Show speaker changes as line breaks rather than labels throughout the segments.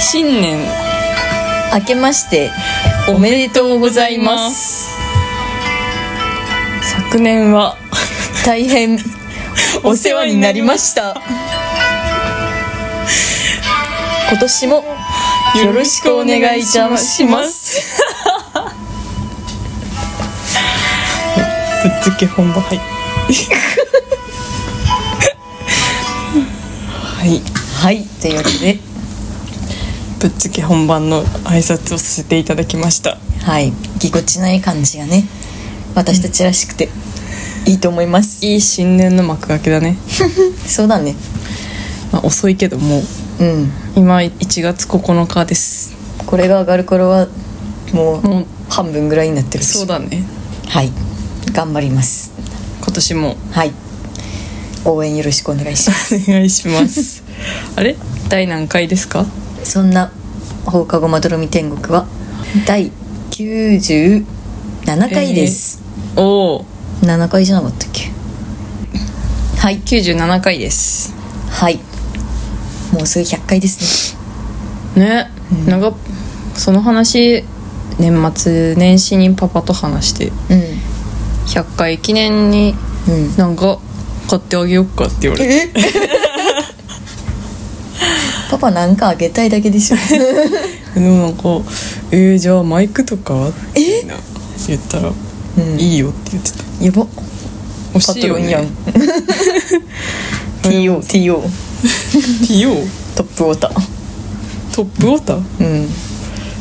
新年
明けましておめでとうございます
昨年は
大変お世話になりました今年もよろしくお願いいたします
ぶっつけ本番はいはい
はいというわけで
ぶっつけ本番の挨拶をさせていただきました
はいぎこちない感じがね私たちらしくていいと思います
いい新年の幕開けだね、
そうだね
まあ、遅いけどもう
うん
今1月9日です
これが上がる頃はもう
もう
半分ぐらいになってるし
そうだね
はい頑張ります
今年も
はい応援よろしくお願いします
お願いします あれ第何回ですか
そんな放課後まどろみ天国は第97回です、
おお
7回じゃなかったっけはい
97回です
はいもうすぐ100回ですね
ね、なんかその話年末年始にパパと話して100回記念に
うんうん
なんか買ってあげよっかって言われて
え パパなんかあげたいだけでしょ
でもなんか「えー、じゃあマイクとか?」って言ったら「
うん
いいよ」って言ってた
やば
欲
パ
しい
ト
よ
ロンや ん
ね
TOTO
オ
トップウォーター
トップウォーター
うん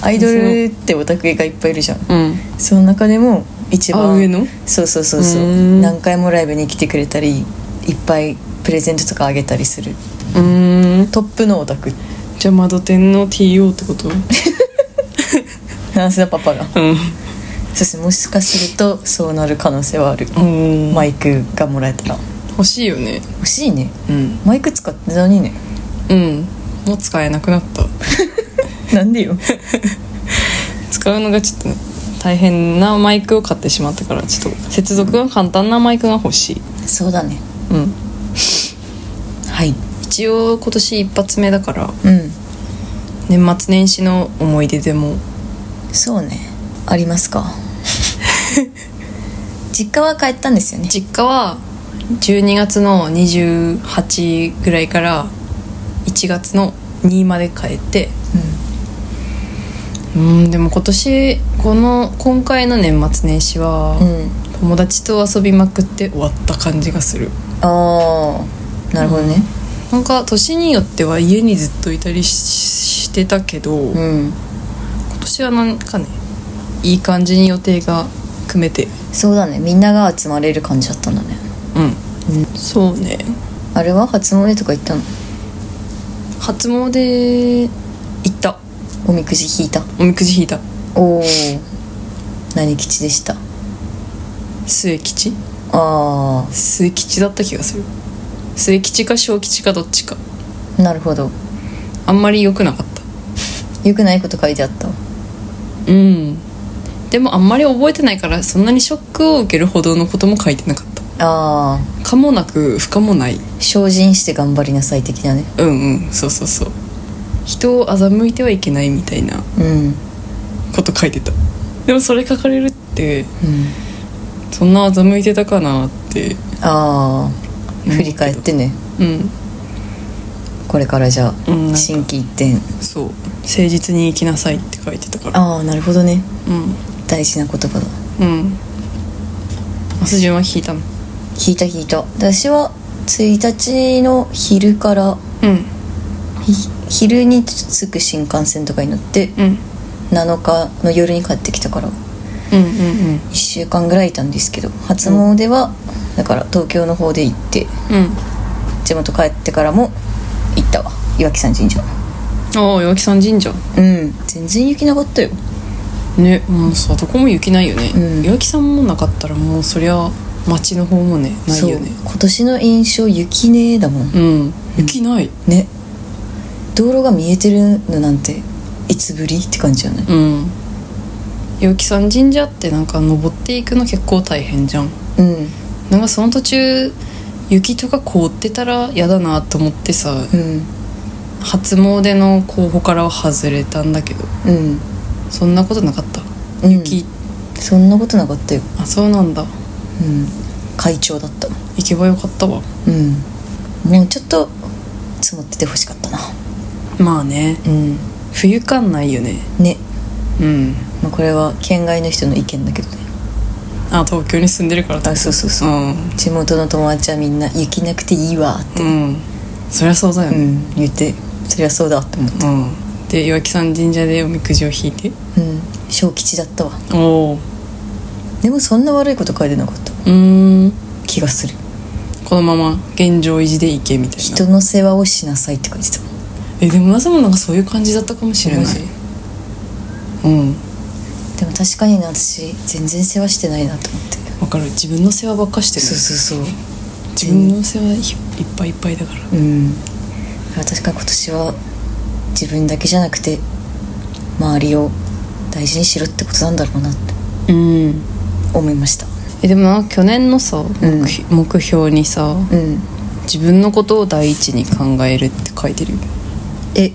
アイドルってオタクがいっぱいいるじゃん
うん
その中でも一番
あ上の
そうそうそうそううん何回もライブに来てくれたりいっぱいプレゼントとかあげたりする
うーん
トップのオタク
じゃあ窓店の TO って ことう
ナスのパパが
ん
そしてもしかするとそうなる可能性はある
うん
マイクがもらえたら
欲しいよね
欲しいね
うん
マイク使ってたのにね
うんもう使えなくなった
なんでよ
使うのがちょっと大変なマイクを買ってしまったからちょっと接続が簡単なマイクが欲しい
そうだね
うん
はい
一応今年一発目だから
うん
年末年始の思い出でも
そうねあります か実家は帰ったんですよね
実家は12月の28ぐらいから1月の2まで帰ってうんでも今年この今回の年末年始は、
うん、うん、
友達と遊びまくって終わった感じがする
ああなるほどね
なんか年によっては家にずっといたりししてたけど、今
うん
年はなんかねいい感じに予定が組めて
そうだねみんなが集まれる感じだったんだね
うん、そうね
あれは初詣とか行ったの
初詣行った
おみくじ引いた
おみくじ引いた
おお何吉でした
末吉
あ
末吉だった気がする末吉か小吉かどっちか
あなるほど
あんまり良くなかった
良くないこと書いてあった
うんでもあんまり覚えてないからそんなにショックを受けるほどのことも書いてなかった
ああ
可もなく不可もない
精進して頑張りなさい的なね
うんうんそうそうそう人を欺いてはいけないみたいな
うん
こと書いてたでもそれ書かれるって
うん
そんな欺いてたかなって
ああ振り返ってね
うん
これからじゃあ、
うん
心機一転
そう誠実に生きなさいって書いてたから
ああなるほどね
うん
大事な言葉だ
うんマスジュンは引いたの
引いた引いた私は1日の昼から
うん
ひ昼に着く新幹線とかに乗って
うん
7日の夜に帰ってきたから
うんうん
1週間ぐらいいたんですけど初詣は、だから東京の方で行って
うんうん
地元帰ってからも行ったわ岩木山神社
ああ八木さん神社
うん全然雪なかったよ
ねもうさどこも雪ないよね、
うん
八木さんもなかったらもうそりゃ町の方もねないよね
そう今年の印象雪ねえだもん
うん雪ない
ね道路が見えてるのなんていつぶりって感じじゃない
うん八木さん神社ってなんか登っていくの結構大変じゃん
うん
なんかその途中雪とか凍ってたら嫌だなと思ってさ
うん
初詣の候補からは外れたんだけど
うん、
そんなことなかった
うん
雪、
そんなことなかったよ、
あそうなんだ
うん、会長だったもん
行けばよかったわ
うんもうちょっと積もっててほしかったな
まあね
うん
冬感ないよね
ね、
うん
まあ、これは県外の人の意見だけどね
あ東京に住んでるから
あそうそうそううん地元の友達はみんな「雪なくていいわ」って、
うんそりゃそうだよ
う
ね
ん、言ってそりゃそうだって思っ
うん、で岩木山神社でおみくじを引いて
たうん小吉だったわ
おお
でもそんな悪いこと書いてなかった
うーん
気がする
このまま現状維持でいけみたいな
人の世話をしなさいって書いてた
えでもなさもなんかそういう感じだったかもしれない
マジ
うん
でも確かにね私全然世話してないなと思って
わかる自分の世話ばっかしてる
そうそうそう
自分の世話いいっぱいいっぱいだから
うんだから確かに今年は自分だけじゃなくて周りを大事にしろってことなんだろうなって
うん
思いました
えでもな去年のさ、
ん
目標目標にさ
うん
自分のことを第一に考えるって書いてるよ
え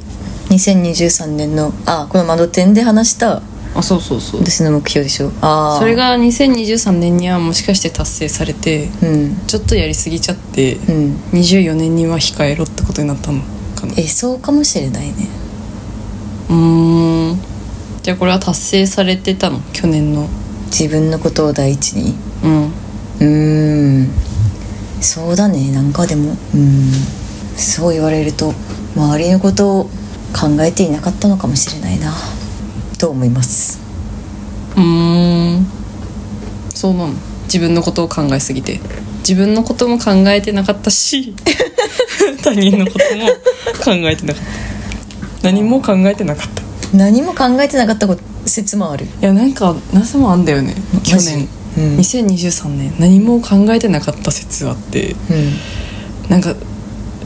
2023年のあこの窓店で話した
あそうそうそう
私の目標でしょああ
それが2023年にはもしかして達成されて
うん
ちょっとやりすぎちゃって
うん
24年には控えろってことになったのかな
えそうかもしれないね
うーんじゃあこれは達成されてたの去年の
自分のことを第一に
うん
うーんそうだねなんかでもうーんそう言われると周りのことを考えていなかったのかもしれないなと思います
うーんそうなの自分のことを考えすぎて自分のことも考えてなかった し他人のことも考えてなかった何も考えてなかったい
何も考えてなかったこと説もある
やなんかなさもあんだよね去
マジ
年、
うん
2023年何も考えてなかった説あって
う
なんか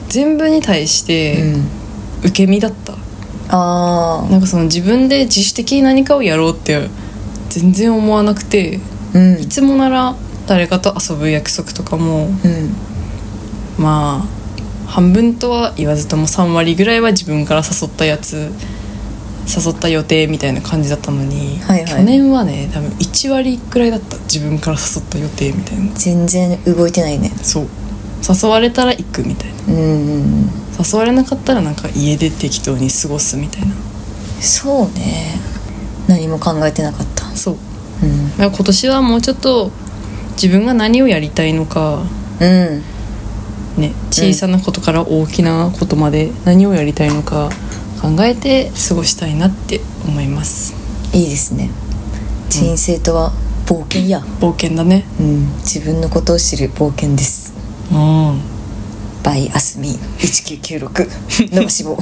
全部に対し
ん、
て
うん、
受け身だった、
ああ
なんかその自分で自主的に何かをやろうって全然思わなくて
うん
いつもなら誰かと遊ぶ約束とかも
うん
まあ半分とは言わずとも3割ぐらいは自分から誘ったやつ誘った予定みたいな感じだったのに、
はいはい
去年はね多分1割ぐらいだった自分から誘った予定みたいな
全然動いてないね
そう誘われたら行くみたいな
うんうんうん
誘われなかったらなんか家で適当に過ごすみたいな
そうね何も考えてなかった
そう
うん
だから今年はもうちょっと自分が何をやりたいのか
うん
ね、小さなことから大きなことまで何をやりたいのか考えて過ごしたいなって思います
いいですね人生とは冒険や、
冒険だね
うん、自分のことを知る冒険です
うん
バイアスミ1996 伸ばし棒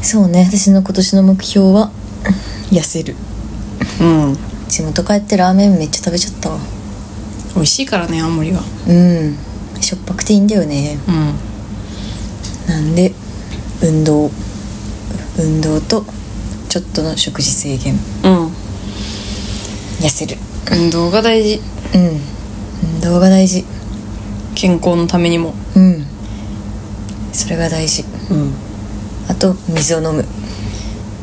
そうね私の今年の目標は痩せる
うん
地元帰ってラーメンめっちゃ食べちゃったわ
美味しいからね青森は
うんしょっぱくていいんだよね
うん
なんで運動運動とちょっとの食事制限
うん
痩せる
運動が大事
うん運動が大事
健康のためにも
うんそれが大事
うん
あと水を飲む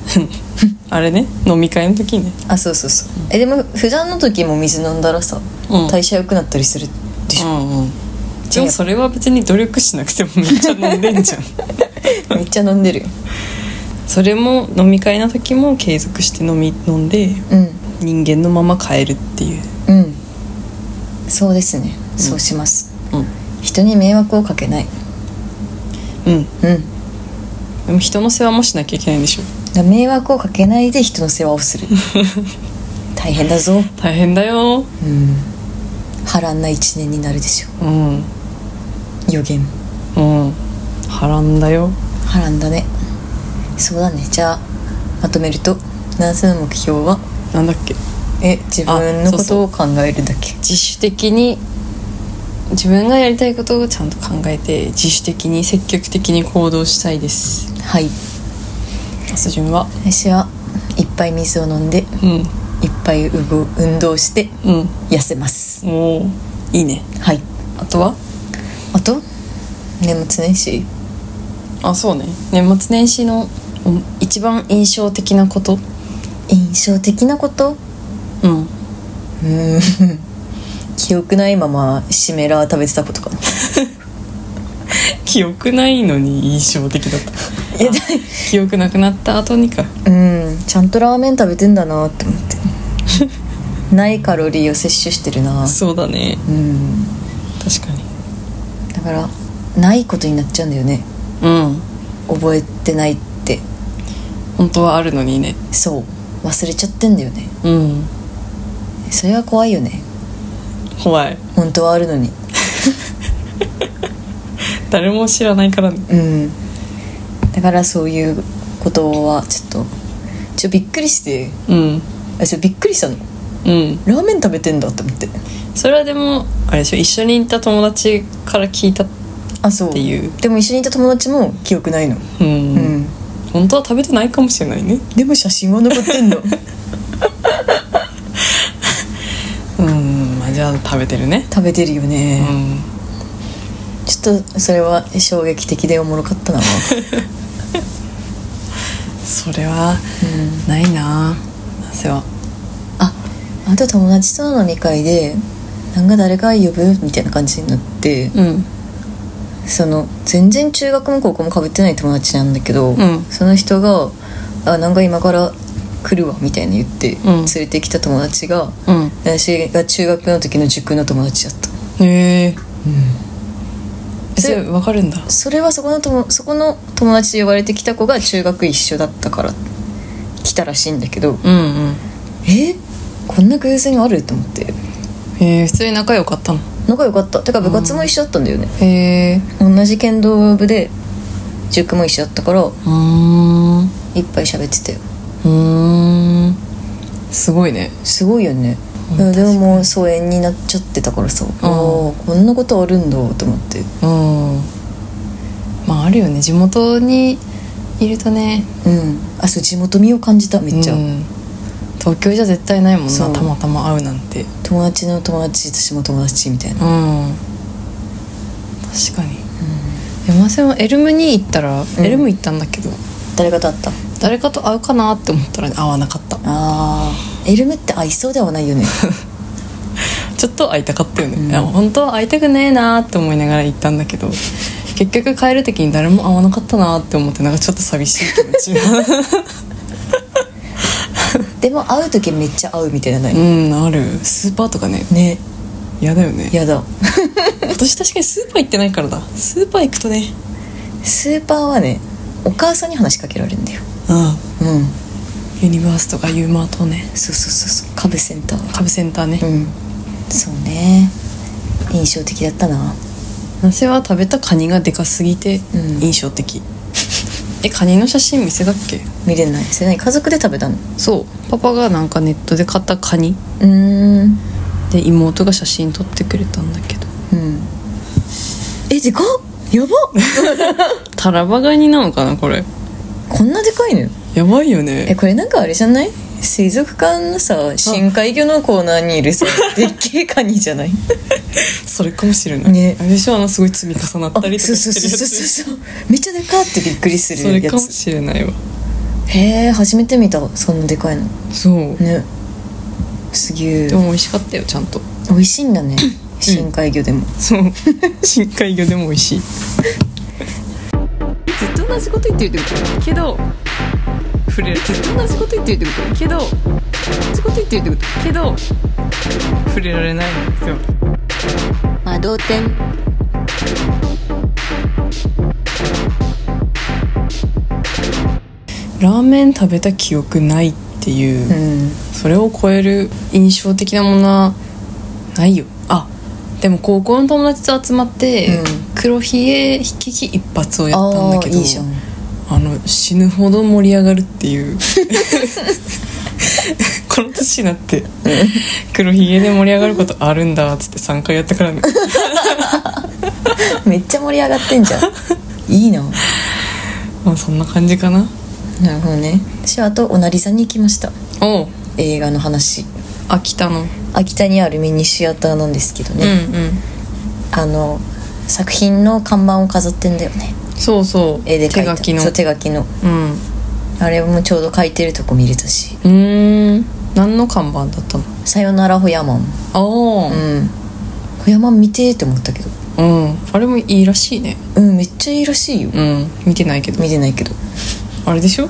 あれね飲み会の時ね
あそうそうそうえでも普段の時も水飲んだらさ、
うん
代謝良くなったりするでし
う
ょ、
んうんでもそれは別に努力しなくてもめっちゃ飲んでんじゃん
めっちゃ飲んでるよ
それも飲み会の時も継続して飲み飲んで
うん
人間のまま変えるっていう
うんそうですね、そうします人に迷惑をかけない
うんうん
うん
でも人の世話もしなきゃいけないんでしょ
だ迷惑をかけないで人の世話をす る大変だぞ
大変だよ
うん波乱な一年になるでしょ
うんうん
う予言
波乱だよ
波乱だねそうだねじゃあまとめると男性の目標は
なんだっけ
え自分の
あ
こ
そうそ
とを考えるだけ
自主的に自分がやりたいことをちゃんと考えて自主的に積極的に行動したいです
はい
あす順は
私はいっぱい水を飲んでいっ
うん
ぱい運動運動して
うん
痩せます
おーいいね
はい
あとは
あと年末年始
あそうね年末年始のうん一番印象的なこと
印象的なこと
うん
うーん 記憶ないままシメラー食べてたことかな
記憶ないのに印象的だった
いやだ
記憶なくなった後にか
うんちゃんとラーメン食べてんだなって思って ないカロリーを摂取してるな
そうだね
うん
確かに
だからないことになっちゃうんだよね
うん
覚えてないって
本当はあるのにね
そう忘れちゃってんだよね
うん
それは怖いよね
怖い
本当はあるのに
誰も知らないからね
うんだからそういうことはちょっとちょびっくりして
うん
あちょびっくりしたの
うん
ラーメン食べてんだって思って
それはでもあれでしょ一緒に行った友達から聞いた
あそう
っていう
でも一緒にいた友達も記憶ないの
うん、
うん、
本当は食べてないかもしれないね
でも写真は残ってん の
うんまあじゃあ食べてるね
食べてるよ
う
ね、
ん
ちょっとそれは衝撃的でおもろかったな、
それは
うん、
ないななせは
ああと友達との飲み会でなんか誰か呼ぶみたいな感じになって、
うん
その全然中学も高校もかぶってない友達なんだけど、
ん
その人が「あなんか今から来るわ」みたいに言って
ん
連れてきた友達が、
うん
私が中学の時の塾の友達だった
へええそれ分かるんだ
それはそこのともそこの友達で呼ばれてきた子が中学一緒だったから来たらしいんだけど
うん
えこんな偶然あると思って
うんへえ普通に仲良かったの
仲良かったてか部活も一緒だったんだよね、
へえ
同じ剣道部で塾も一緒だったから
うーんう
いっぱい喋ってたよ
ーんすごいね
すごいよね、
うん
でももう疎遠になっちゃってたからさ、ああこんなことあるんだと思って
うんまああるよね地元にいるとね
うんあそう地元味を感じためっちゃ、
うん東京じゃ絶対ないもん
そ
な
う
たまたま会うなんて
友達の友達私も友達みたいな
うん確かに山瀬はエルムに行ったら、
ん
エルム行ったんだけど
誰かと会った
誰かと会うかなって思ったら会わなかった
あーエルムって合いそうではないよ ね
ちょっと会いたかったよね、
うん
いや本当は会いたくねえなーって思いながら行ったんだけど結局帰る時に誰も会わなかったなーって思ってなんかちょっと寂しい気持ちが、
でも会う時めっちゃ会うみたいなのないう
んあるスーパーとかね
ね
嫌だよね
やだ
私確かにスーパー行ってないからだスーパー行くとね
スーパーはねお母さんに話しかけられるんだよ
うん
うん
ユニバースとかユーマーとね
そうそうそうそうカブセンター
カブセンターね、
うんそうね印象的だったな
私は食べたカニがでかすぎて
うん
印象的、えカニの写真見せたっけ
見れないそれ何家族で食べたの
そうパパがなんかネットで買ったカニ
うーん
で妹が写真撮ってくれたんだけど
うんえでかっやばっ
タラバガニなのかなこれ
こんなでかいの
やばいよ
え
ね
これなんかあれじゃない水族館のさ深海魚のコーナーにい るさでっけえカニじゃない
それかもしれない
ね
あれでしょあのすごい積み重なったりと
そう
か
そう
して
そう
るや
そう
つ
そうめっちゃでかってびっくりす
そ
る
れ
や
かも
つ
しれないわ
へえ初めて見たそんなでかいの
そう
ねすげえ
でも美味しかったよちゃんと
美味しいんだね深海魚でも、
そう深海魚でも美味しい
ずっと同じこと言ってるってことけど触れるずっと同じこと言ってるってことけど同じこと言ってるってことけど
触れられないんですよ
まあ同点
ラーメン食べた記憶ないっていう、
うん
それを超える印象的なものはないよあでも高校の友達と集まって、
うん
黒ひげ引き一発をやったん
あ
だ
あ
けど
いいじゃん
あの死ぬほど盛り上がるっていうこの年になって黒ひげで盛り上がることあるんだっつって3回やったからね
めっちゃ盛り上がってん じゃんいいな
まあそんな感じかな
なるほどね私はあとおなりさんに行きました
おう
映画の話
秋田の、
秋田にあるミニシアターなんですけど
う
ね、
んうん
あの作品の看板を飾ってんだよね
そうそう
絵で描い
手
た
書きの
そう手書きの
うんう
あれもちょうど描いてるとこ見れたし
ーん何の看板だったの
「さよならホヤマン」う
あ
んホヤマン見てーって思ったけど
あうん、あれもいいらしいね
うんめっちゃいいらしいよ
うん見てないけど
見てないけど
あれでしょ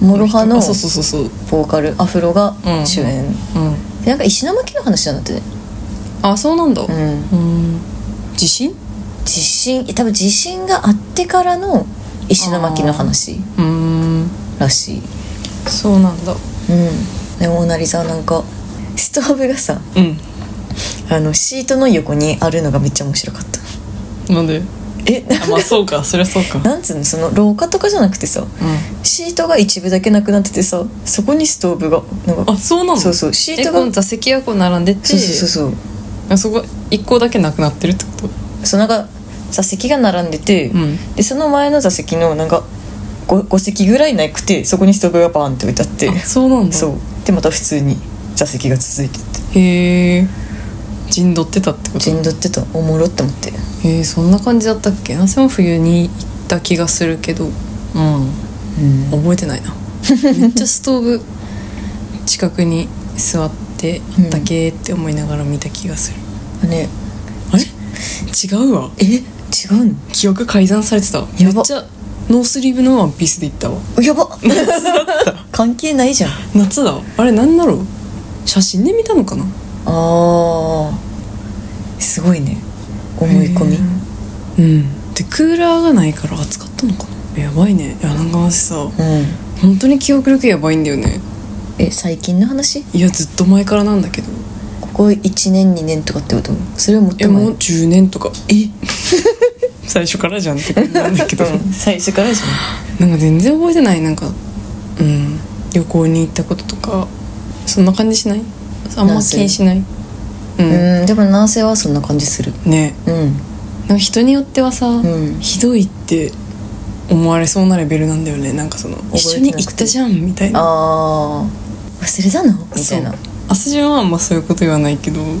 モロハの
あそうそうそうそう
ボーカルアフロが
うん
主演、
うん
でなんか石巻の話なんだってね
あそうなんだう
うん
ん地震
地震多分地震があってからの石巻の話
うーん
らしい
そうなんだ
うんでもオナリさんなんかストーブがさ
うん
あのシートの横にあるのがめっちゃ面白かった
なんで
えな
あまあそう かそりゃそうか
なんつうのその廊下とかじゃなくてさ
う
シートが一部だけなくなっててさそこにストーブがなん
ん
か
あそうなの
そうそうシー
え
ト
こ
が
の座席がこう並んでて
そうそうそうそう
あそこ一個だけなくなってるってこと
そうなんか座席が並んでて、
うん
でその前の座席のなんか 5, 席ぐらいなくてそこにストーブがバーンって置いてあって
あそうなんだ
そうでまた普通に座席が続いてて
へえ陣取ってたってこと
陣取ってたおもろって思ってう
へえそんな感じだったっけ夏も冬に行った気がするけどうん
ん
覚えて ないなめっちゃストーブ近くに座ってあったけーって思いながら見た気がする、
あれ
あれ違うわ
え違うの
記憶改ざんされてため
やば
っちゃノースリーブのワンピースで行ったわ
や ば関係ないじゃん
夏だわあれ何だろう写真で見たのかな
あーすごいね思い込み
うんでクーラーがないから暑かったのかなやばいねいやなんか私さ
うん
本当に記憶力やばいんだよね
え最近の話
いやずっと前からなんだけど
ここ1年2年とかってことそれをもっ
え
と前
もう10年とか
え
最初からじゃんって感じなんだけど
うん最初からじ
なんか全然覚えてないなんかうん旅行に行ったこととかそんな感じしないあんま気にしないうん
ゃんうんでも男性はそんな感じする
ね
うん
なんか人によってはさ、
ん
ひどいって思われそうなレベルなんだよねなんかその
えてなくて
一緒に行ったじゃんみたいな
あー忘れたのみたいな
そう朝順はあんまそういうこと言わないけど
うん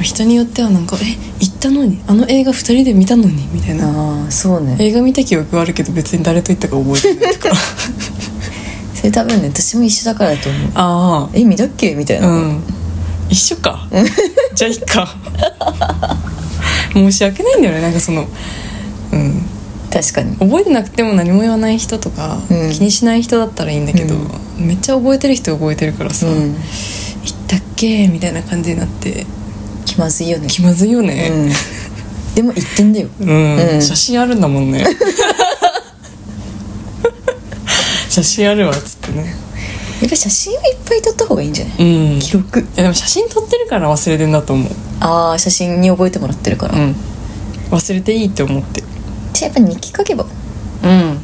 人によってはなんか「え行ったのにあの映画二人で見たのに」みたいな
ああそうね
映画見た記憶はあるけど別に誰と行ったか覚えてないと か
それ多分ね私も一緒だからだと思う
あ
え見たっけみたい
あ
な、
うん一緒かじゃあいっか申し訳ないんだよねなんかそのうん
確かに
覚えてなくても何も言わない人とか、
うん
気にしない人だったらいいんだけど、めっちゃ覚えてる人は覚えてるからさ「
うん
行ったっけ?」みたいな感じになって
気まずいよね
気まずいよ
う
ね
んでも言ってんだよ
うん、
うん
写真あるんだもん ね写真あるわっつってね
やっぱ写真はいっぱい撮った方がいいんじゃない
うん
記録
いやでも写真撮ってるから忘れてんだと思う
ああ写真に覚えてもらってるから、
う
じゃ
ん忘れていいって思って
あやっぱ日記書けば
うん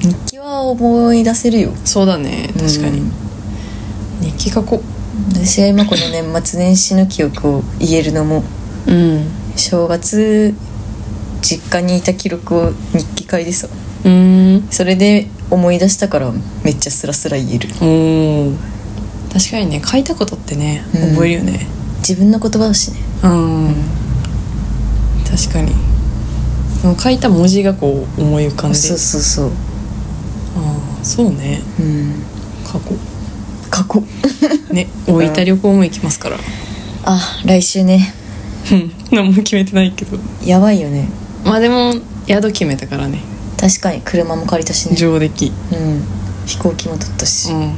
日記は思い出せるよ
そうだね確かに、
うん
日記書こ
私は今この年末年始の記憶を言えるのも
ううん
正月実家にいた記録を日記書いてさ
うーん
それで思い出したからめっちゃスラスラ言える
おー確かにね書いたことってね
うん
覚えるよね
自分の言葉だしね
うん、確かにその書いた文字がこう思い浮かんで
そうそうそう
ああそうね
うん
過去
過去
ね大分旅行も行きますから
あ来週ね
うん何も決めてないけど
やばいよね
まあでも宿決めたからね
確かに車も借りたしね
上出来
うん飛行機も取ったし
う、ん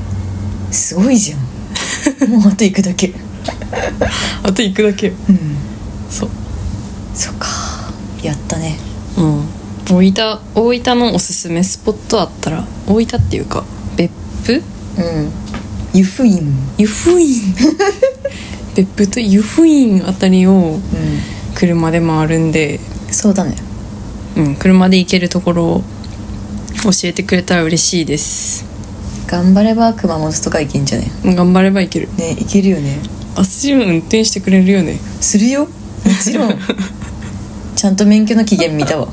すごいじゃんもうあと行くだけ
あと行くだけよ
うん
そう
そっかやったね
うん大分大分のおすすめスポットあったら大分っていうか別府
うん湯布院
湯布院 別府と湯布院あたりを
う
車で回るんで、
んそうだね
うん、車で行けるところを教えてくれたら嬉しいです
頑張れば熊本とか行けんじゃね
頑張れば行ける
ね行けるよね
明日中運転してくれるよね
するよもちろんちゃんと免許の期限見たわ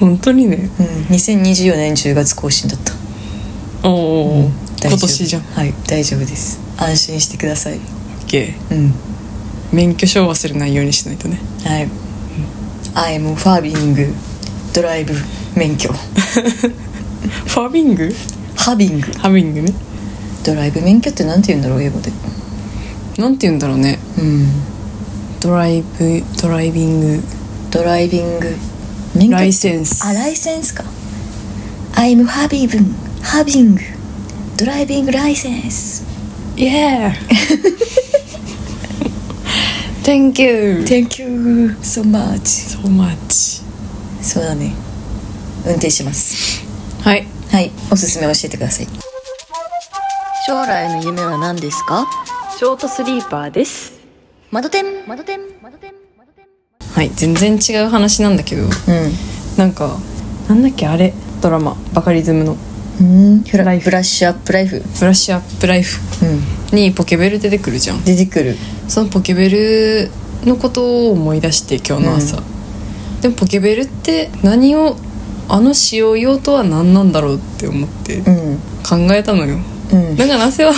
本当にね
うん2024年10月更新だった
おお、
大丈夫
今年じゃん
はい大丈夫です安心してください
OK
うん
免許証忘れないようにしないとね
はい I'm ファービングドライブ免許
ファビング
ハビング
ハビングね
ドライブ免許ってなんて言うんだろう英語で
なんて言うんだろうね
うん
ドライブドライビング
ドライビング免許
ライセンス
あライセンスか I'm having having ドライビングライセンス
イエー Thank you
Thank you so much
so much
そうだね運転します
はい
はいおすすめ教えてください将来の夢は何ですか
ショートスリーパーです
窓点
窓点窓点窓点
はい全然違う話なんだけどなんかなんだっけあれドラマバカリズムの
うんうんフラ
ライフ
ブラッシュアップライフう
ブラッシュアップライフ
ん
にポケベル出てくるじゃん
出てくる
そのポケベルのことを思い出して今日の朝、でもポケベルって何をあの使用用途は何なんだろうって思って
うん
考えたのよ
うん
だからなせは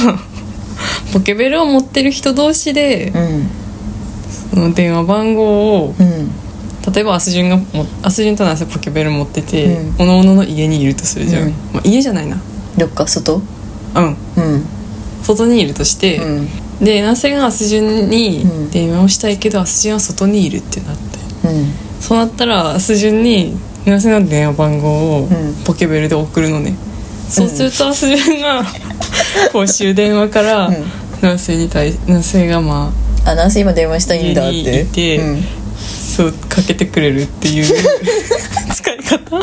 ポケベルを持ってる人同士で
うん
その電話番号を
うん
例えばアスジュンがもアスジュンとナセポケベル持ってて、
うん
おのおのの家にいるとするじゃん、
うん
まあ、家じゃないな
どっか外
うん
うん
外にいるとして、
うん
でナセがアスジュン
うん
に電話をしたいけど、アスジュンは外にいるってなって
うん
そうなったらアスジュンにナセの電話番号を
うん
ポケベルで送るのね、そうするとアスジュン が公衆電話から、
うん
ナセに対ナセがまあ
あナース今電話したいんだっ
家に
て
いて
うん
そうかけてくれるって いう使い方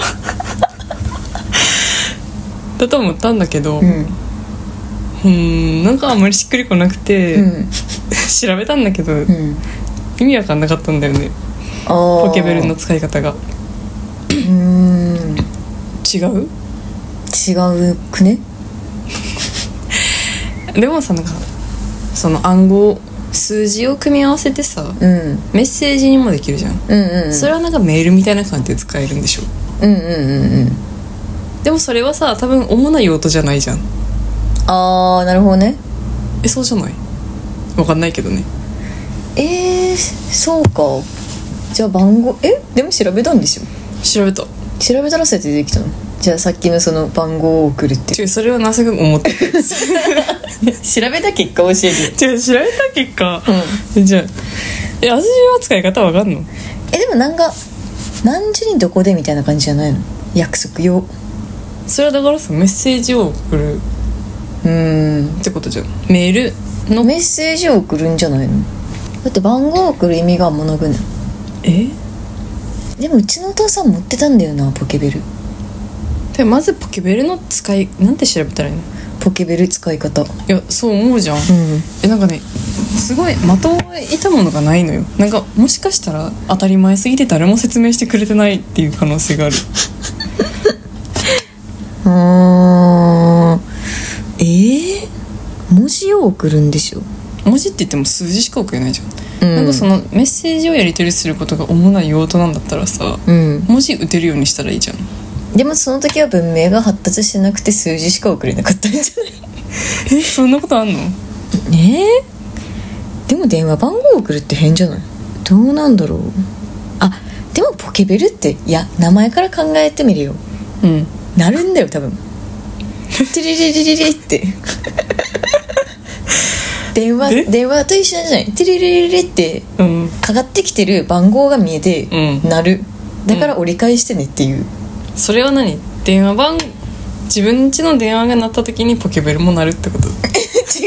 だと思ったんだけど、う
うん
ーんなんかあんまりしっくりこなくて、
うん
調べたんだけど、
うん
意味わかんなかったんだよねポ
ポ
ケベルの使い方が
うん
違う
違うくね
でもさなんかその暗号数字を組み合わせてさ
うん
メッセージにもできるじゃん、
うんうん
それはなんかメールみたいな感じで使えるんでしょ
うんうんうんうん
でもそれはさ多分主な用途じゃないじゃん
あーなるほどね
えそうじゃないわかんないけどね
えー、そうかじゃあ番号えでも調べたんでしょ
調べた
調べたらそうやって出てきたのじゃあさっきのその番号を送るって
違うそれはなぜか思ってる
調べた結果教え
違う調べた結果
て、うん、
じゃあえアスジュンは使い方わかんの
えでもなんか何時にどこでみたいな感じじゃないの約束用う
それはだからさメッセージを送る
ーん
ってことじゃんメールの
メッセージを送るんじゃないのだって番号を送る意味が物ぐね
え
でもうちのお父さん持ってたんだよなポケベル
でまずポケベルの使いなんて調べたらいいの
ポケベル使い方う
いやそう思うじゃん
ん
えなんかねすごいまといたものがないのよなんかもしかしたら当たり前すぎて誰も説明してくれてないっていう可能性がある
あーえー、文字を送るんでしょ、
文字って言っても数字しか送れないじゃん、
うん、
なんかそのメッセージをやり取りすることが主な用途なんだったらさ
うん、
文字打てるようにしたらいいじゃん
でもその時は文明が発達してなくて数字しか送れなかったんじゃない
えそんなことあんの
ねえでも電話番号を送るって変じゃないどうなんだろうあでもポケベルっていや名前から考えてみるよ
うん
なるんだよ多分テリリリリリ って電
え
話電話と一緒なんじゃないテリリリリって
うん
かかってきてる番号が見えて
うん
なる、だから折り返してねっていう、
それは何電話番自分家の電話が鳴った時にポケベルも鳴るって こと違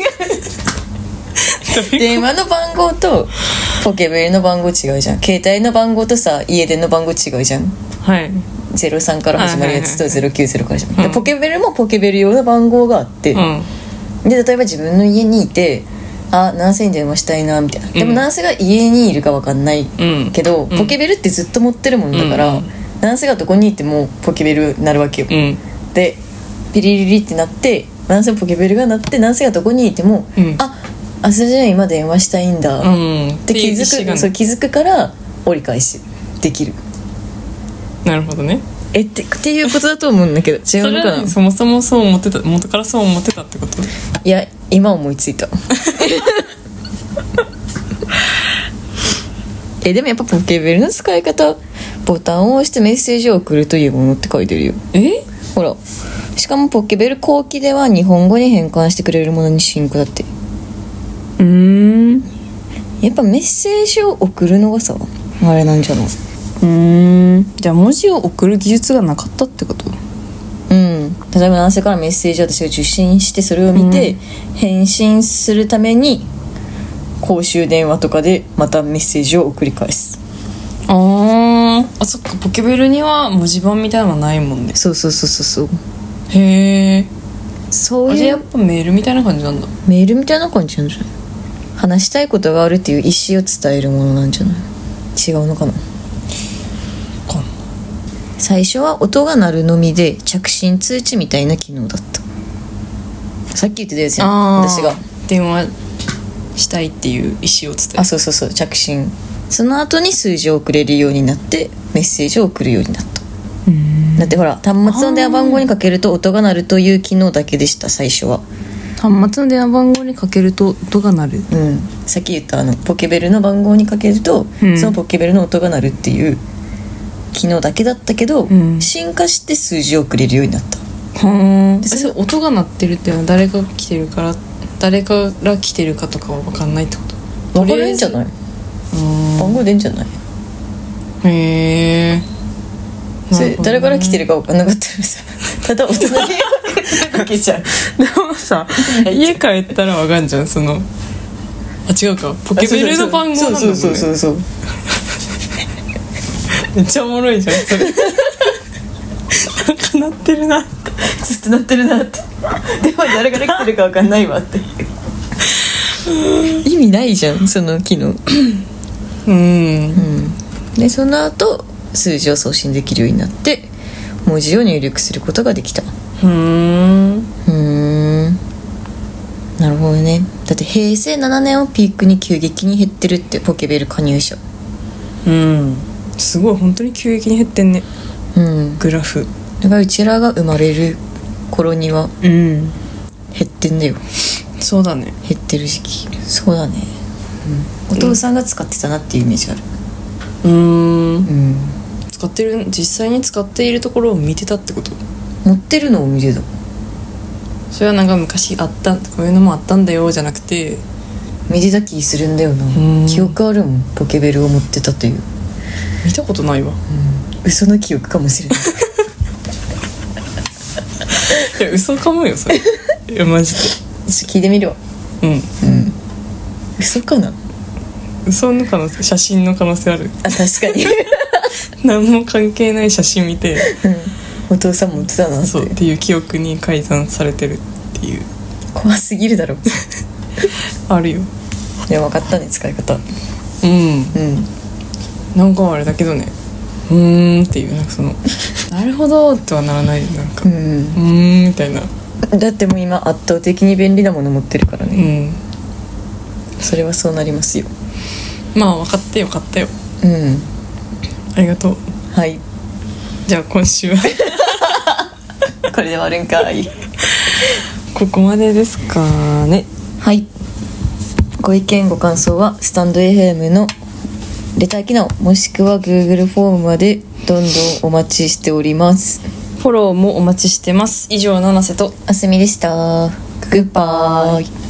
う
電話の番号とポケベルの番号違うじゃん携帯の番号とさ家電の番号違うじゃん
はい
03から始まるやつと
はい
090から始ま
う
る、
ん
でポケベルもポケベル用の番号があって、
うん
で例えば自分の家にいてあ何世に電話したいなみたいなでも
うん
何世が家にいるか分かんない
うん
けど、
うん
ポケベルってずっと持ってるもんだから、
うん
何世がどこにいてもポケベルなるわけよ、
うん
でピリリリってなって男性ポケベルが鳴って男性がどこにいても「
うん
あ明日じゃん今電話したいんだ」
う
っ
んって
て気
いう意
づ
思
く
が
そう気づくから折り返しできる
なるほどね
えってっていうことだと思うんだけど 違
そうれ
のか
は
な
ねそもそもそう思ってた元からそう思ってたってこと
いや今思いつい たえでもやっぱポケベルの使い方ボタンを押してメッセージを送るというものって書いてるよ
え
ほらしかもポケベル後期では日本語に変換してくれるものに進化だって
うーんう
やっぱメッセージを送るのがさあれなんじゃない
ーんじゃあ文字を送る技術がなかったってこと
うん例えば男性からメッセージを私が受信してそれを見て、返信するために公衆電話とかでまたメッセージを送り返す
あーあそっかポケベルには文字盤みたいなのはないもんね
そうそうそうそうそう
へえ
そ
あ
う
れ
い
や
う
っぱメールみたいな感じなんだ
メールみたいな感じなんじゃない話したいことがあるっていう意思を伝えるものなんじゃない違うのかな
かん
最初は音が鳴るのみで着信通知みたいな機能だったさっき言ってたやつやん
あー
私が
電話したいっていう意思を伝える
あそうそうそう着信その後に数字を送れるようになってメッセージを送るようになっただってほら端末の電話番号にかけると音が鳴るという機能だけでした最初は
端末の電話番号にかけると音が鳴る
うんさっき言ったあのポケベルの番号にかけると、
うん
そのポケベルの音が鳴るっていう機能だけだったけど、
ん
進化して数字を送れるようになった
はあ
で
そ
そ
れ音が鳴ってるっていうのは誰が来てるから誰から来てるかとかは分かんないってこと
分かるんじゃない番号出んじゃない
いへえ
それ誰から来てるか分かんなかったらさただ大人に かけ ちゃう
でもさ家帰ったらわかんじゃんそのあ違うかポケベルの番号なんだもん
そう
ね
そうそうそう
めっちゃおもろいじゃんそれなん か鳴ってるなって
ずっとなってるなって でも誰から来てるか分かんないわって 意味ないじゃんその機能
うん
でその後数字を送信できるようになって文字を入力することができた
うん
うーんなるほどねだって平成7年をピークに急激に減ってるってポケベル加入者
うんすごい本当に急激に減ってんね
うん
グラフ
だからうちらが生まれる頃には
うん
減ってんだよ
そうだね
減ってる時期そうだね、うん、お父さんが使ってたなっていうイメージある
うん
うん
使ってる実際に使っているところを見てたってこと
持ってるのを見てた
それはなんか昔あったこういうのもあったんだよじゃなくて
見てた気するんだよ
ん
な記憶あるもんポケベルを持ってたという
見たことないわ
嘘の記憶かもしれ ない
いや 嘘かもよそ れいやマジ
ちょっと聞いてみるわ
でうん
嘘かな
嘘の可能性写真の可能性ある
あ確か に、
何も関係ない写真見て
うん、お父さんも持ってたなって
そうっていう記憶に改ざんされてるっていう
怖すぎる だろ
あるよ
でも分かったね使い方
うん
うん
なんかあれだけどねうーんっていうなんかそ のなるほどとはならないなんか、う
う
ーんみたいなうん
だってもう今圧倒的に便利なもの持ってるからね、
ん
それはそうなりますよ
まあ分かってよかったよ
うん
ありがとう
はい
じゃあ今週は
これで終わるんかい
ここまでですかね
はい。ご意見ご感想はスタンド FM のレター機能もしくは Google フォームまでどんどんお待ちしております。
フォローもお待ちしてます以上七瀬と
あすみでした。グッバイ。